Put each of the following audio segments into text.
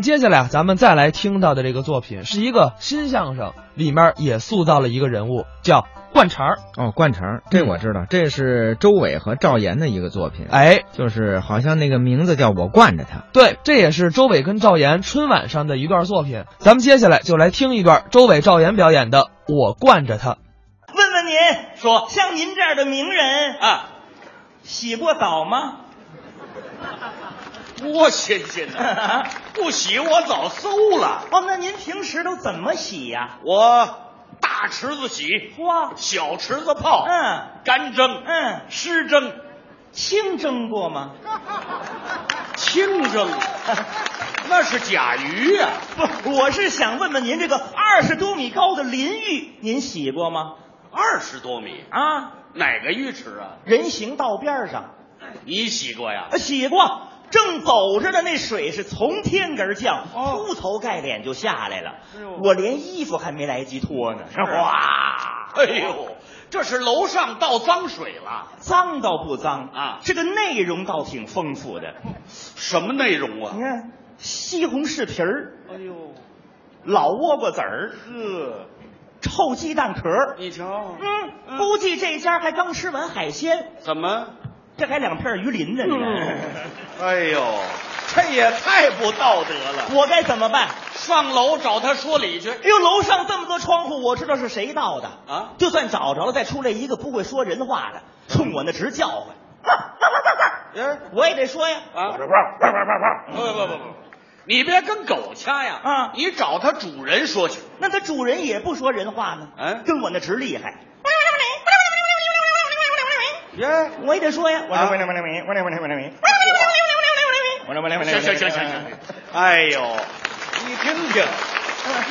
接下来啊，咱们再来听到的这个作品是一个新相声，里面也塑造了一个人物，叫灌肠儿。哦，灌肠，这我知道，这是周伟和赵岩的一个作品，哎，就是好像那个名字叫我惯着他。对，这也是周伟跟赵岩春晚上的一段作品。咱们接下来就来听一段周伟、赵岩表演的《我惯着他》。问问您，说像您这样的名人，啊，洗过澡吗？ 多新鲜 呐！不洗我早馊了。哦，那您平时都怎么洗呀、我大池子洗，哇，小池子泡，嗯，干蒸，嗯湿蒸，清蒸过吗？ 清蒸， 那是甲鱼呀、啊不，我是想问问您，这个二十多米高的淋浴，您洗过吗？二十多米，啊，哪个浴池啊？人行道边上，你洗过呀啊？洗过。正走着呢，那水是从天而降，哦铺头盖脸就下来了哎呦。我连衣服还没来及脱呢，是啊哇！哎呦，这是楼上倒脏水了。脏倒不脏啊这个内容倒挺丰富的。什么内容啊你？看，西红柿皮儿、哎呦，老倭瓜子儿、呵，臭鸡蛋壳儿。你瞧，嗯，估计这家还刚吃完海鲜，怎么？这还两片鱼鳞呢。你看，哎呦，这也太不道德了。 我该怎么办？上楼找他说理去。哎呦，楼上这么多窗户，我知道是谁盗的啊就算找着了，再出来一个不会说人话的，冲我那直叫唤，嗯我也得说呀。啊，不不不不，你别跟狗掐呀！啊你找他主人说去。那他主人也不说人话呢，嗯跟我那直厉害，耶，我也得说呀。我说啊我说我说我说我说我说。我说我说我说行行行行行，哎呦，嗯你听听，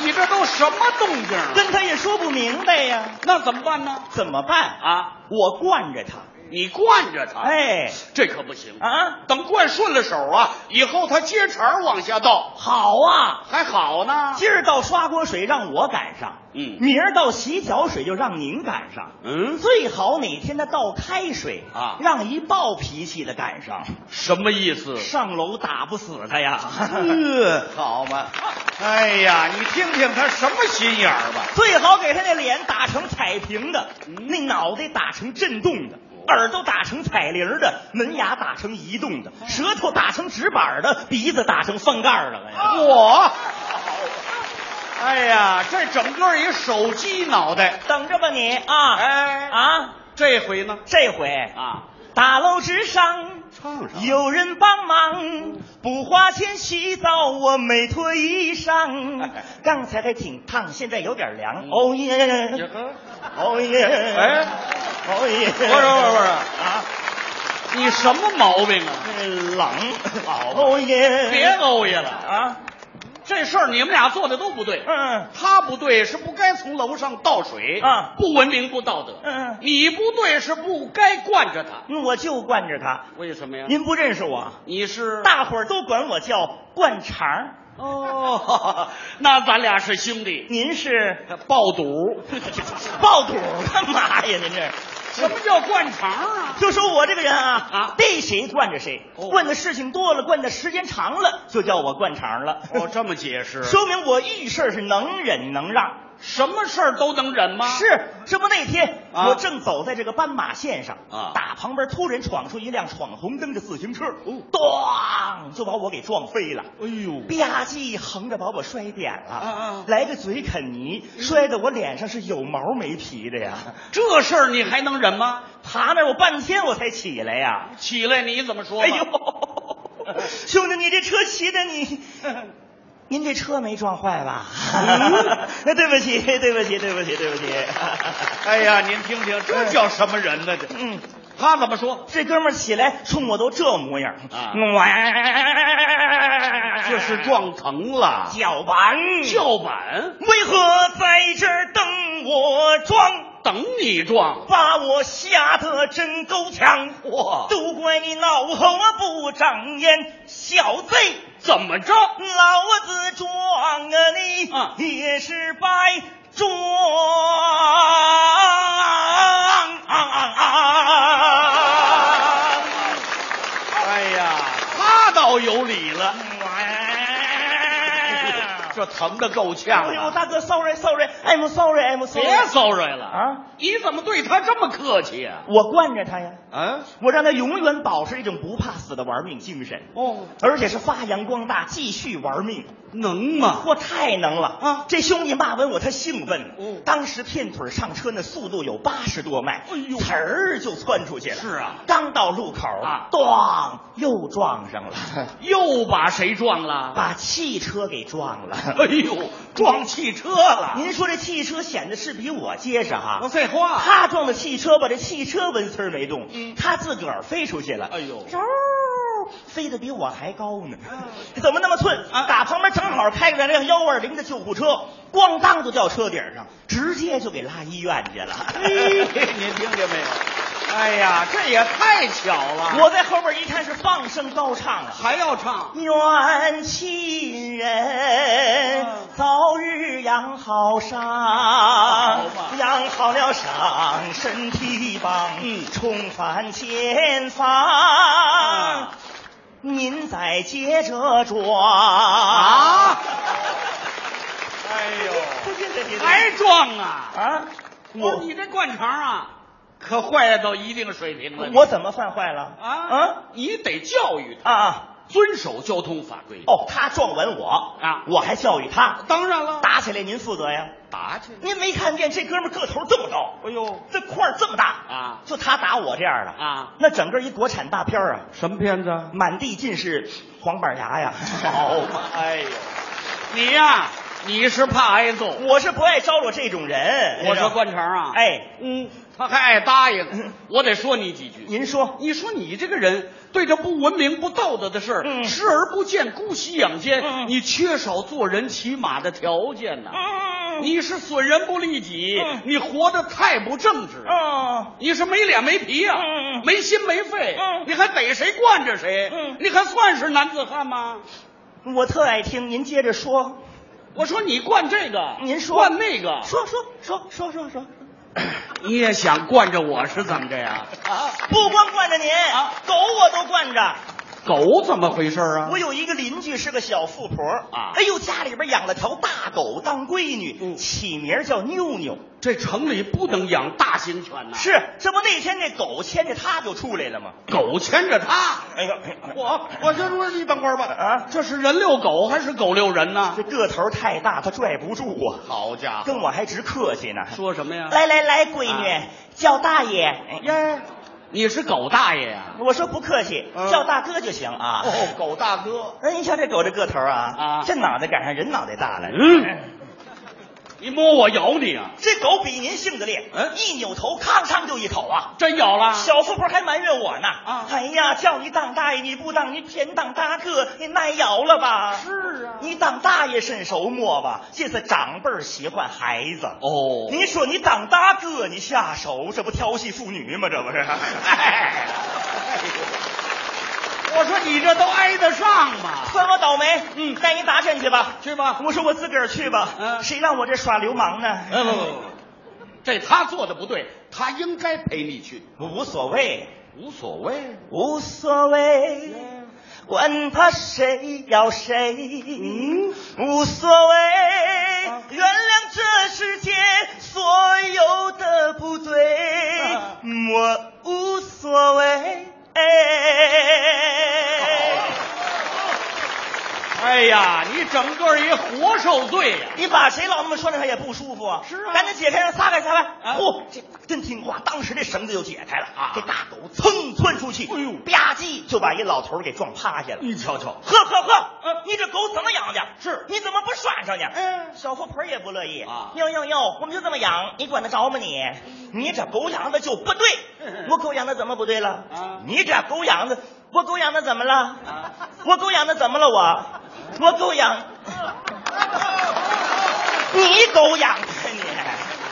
你这都什么动静啊？跟他也说不明白呀，那怎么办呢？怎么办？啊，我惯着他，你惯着他，，哎，这可不行。啊，等惯顺了手啊，以后他接茬儿往下倒，好啊，还好呢。今儿到刷锅水让我赶上，嗯明儿到洗脚水就让您赶上，嗯最好哪天他倒开水啊嗯让一暴脾气的赶上，什么意思上楼打不死他呀， 嗯，好嘛！哎呀，你听听他什么心眼儿吧？最好给他那脸打成彩屏的，嗯哦那脑袋打成震动的。耳朵打成彩铃的，门牙打成移动哦的，舌头打成纸板的，鼻子打成翻盖儿的了哦呀。我，哎呀，这整个一手机脑袋。等着吧你啊！哎啊，这回呢？这回啊，大楼之上唱上有人帮忙，不花钱洗澡，我没脱衣裳哎。刚才还挺烫，现在有点凉。嗯哦耶，呵哦耶，哎，哦耶！不是不是不是啊，你什么毛病啊？这冷，好哦耶！别欧耶了，啊，这事儿你们俩做的都不对。嗯他不对，是不该从楼上倒水啊不文明不道德。嗯你不对，是不该惯着他。嗯，我就惯着他。为什么呀？您不认识我，你是大伙儿都管我叫灌肠儿。哦， 那咱俩是兄弟。您是爆肚，爆肚干嘛呀？您这什么叫灌肠啊？就说我这个人啊啊逮谁惯着谁，哦惯的事情多了，惯的时间长了，就叫我惯肠了。哦，这么解释， 说明我遇事儿是能忍能让。什么事儿都能忍吗？，是，这不那天、啊我正走在这个斑马线上啊打旁边突然闯出一辆闯红灯的自行车，哦咣就把我给撞飞了。哎呦，吧唧，横着把我摔扁了，啊啊嗯来个嘴啃泥，摔得我脸上是有毛没皮的呀。这事儿你还能忍吗？爬那儿我半天我才起来呀。起来你怎么说吧？ 哎呦，兄弟，你这车骑的你，您这车没撞坏吧？嗯 那对不起，对不起，对不起，对不起。 哎呀，您听听，这叫什么人呢？这嗯，他怎么说？这哥们儿起来冲我都这模样嗯啊哇，这是撞疼了，脚板，叫板，为何在这儿等我撞？等你撞。把我吓得真够呛，哇都怪你脑后啊不长眼，小贼怎么着？老子撞啊你，啊也是白撞。啊哎呀，他倒有理了。 这疼的够呛哎呦，啊。大哥，sorry sorry，I'm sorry，I'm sorry。别骚扰了啊！你怎么对他这么客气呀、我惯着他呀，啊？我让他永远保持一种不怕死的玩命精神，哦，而且是发扬光大，继续玩命。能吗？嚯，太能了啊这兄弟骂完我，他兴奋。哦当时片腿上车那速度有八十多迈，哎呦呲儿就窜出去了。是啊刚到路口啊咣又撞 上了，又把谁撞了？把汽车给撞了。哎呦，撞汽车了！您说这汽车显得是比我结实哈、废话他撞的汽车吧，这汽车纹丝儿没动，啊嗯他自个儿飞出去了。哎呦啊嗖飞得比我还高呢，怎么那么寸？打旁边正好开着辆幺二零的救护车，咣当就掉车顶上，直接就给拉医院去了。嘿您听见没有？哎呀，这也太巧了！ 我在后边一看是放声高唱啊，还要唱，愿亲人嗯早日养好伤好嘛，养好了伤，身体棒，嗯重返前方啊。您再接着撞啊！哎不呦，进这你还撞啊！啊！我说我你这灌肠啊，可坏到一定水平了。我怎么犯坏了？啊啊！你得教育他，啊啊！遵守交通法规。哦，他撞完我啊我还教育他，当然了，打起来您负责呀。打起来。您没看见这哥们儿个头这么高？哎呦，这块儿这么大啊就他打我这样的啊那整个一国产大片儿啊，什么片子？满地尽是黄板牙呀！好嘛！哎呦，你呀、你是怕挨揍，我是不爱招惹这种人。我知道说灌肠啊，，哎，嗯，他还爱答应，我得说你几句。您说你说你这个人对这不文明不道德的事儿、嗯视而不见，姑息养奸，嗯你缺少做人起码的条件呐、嗯你是损人不利己，嗯你活得太不正直，嗯，你是没脸没皮呀、嗯没心没肺，嗯你还逮谁惯着谁，嗯你还算是男子汉吗？我特爱听，您接着说，我说你惯这个，您说惯那个，说说说说说说， 你也想惯着我是怎么着呀？不光惯着您，啊狗我都惯着。狗怎么回事啊？我有一个邻居是个小富婆啊哎呦，家里边养了条大狗当闺女，嗯起名叫妞妞。这城里不能养大型犬呐、是，这不那天那狗牵着它就出来了吗？狗牵着它。哎呦，我我先说你等会儿吧，啊这是人遛狗还是狗遛人呢这？个头太大，它拽不住啊，好家伙，跟我还直客气呢。说什么呀？来来来，闺女、啊叫大爷。哎耶，你是狗大爷呀、我说不客气，嗯叫大哥就行啊。哦，狗大哥，哎，你瞧这狗这个头啊，啊这脑袋赶上人脑袋大了。嗯，你摸我咬你啊？这狗比您性子烈，嗯一扭头，康康就一口啊。真咬了？小富婆还埋怨我呢，啊哎呀，叫你当大爷你不当，你偏当大哥，你耐咬了吧？是啊你当大爷伸手摸吧，这是长辈儿喜欢孩子。哦，您说你当大哥，你下手，这不调戏妇女吗？这不是？哎，我说你这都挨得上吗？算我倒霉。嗯带你打针去吧。啊去吧。我说我自个儿去吧。嗯谁让我这耍流氓呢？哎不不不，这他做的不对，他应该陪你去，无所谓，无所谓。无所谓。管他谁要谁，嗯无所谓，原谅这世界所有的不对，啊我无所谓。哎，哎呀，你整个一活受罪呀、你把谁老那么说，他也不舒服啊。是啊赶紧解开，让撒开撒开。啊嚯、这真听话，当时这绳子就解开了啊这大狗噌窜出去，哎呦吧唧就把一老头儿给撞趴下了。你瞧瞧，呵呵呵，嗯你这狗怎么养的？是你怎么不拴上呢？嗯小富婆也不乐意啊哟哟哟，我们就这么养，你管得着吗你？你这狗养的就不 对，嗯我狗养的怎么不对了？啊你这狗养的，我狗养的怎么了？啊 我狗养的怎么了？我，我狗 养，你狗养的你。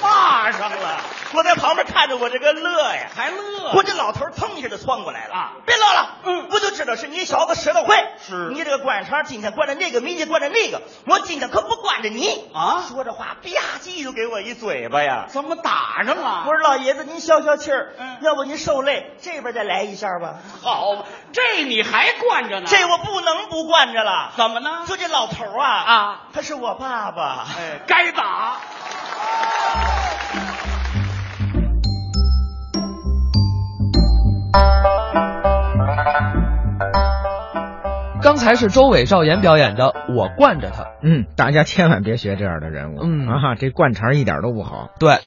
骂上了。我在旁边看着我这个乐呀，还乐我这老头儿腾一下就窜过来了啊别乐了，嗯我就知道是你小子舌头快，是你这个灌肠今天灌着那个，明天灌着那个，我今天可不惯着你啊说着话，吧唧就给我一嘴巴呀！怎么打上啊了？不是老爷子，您消消气儿，嗯要不您受累，这边再来一下吧。好嘛，这你还惯着呢？这我不能不惯着了。怎么呢？就这老头儿啊啊，他是我爸爸。哎，该打。刚才是周伟、赵岩表演的《我惯着他》。嗯，大家千万别学这样的人物。嗯啊，这灌肠一点都不好。对，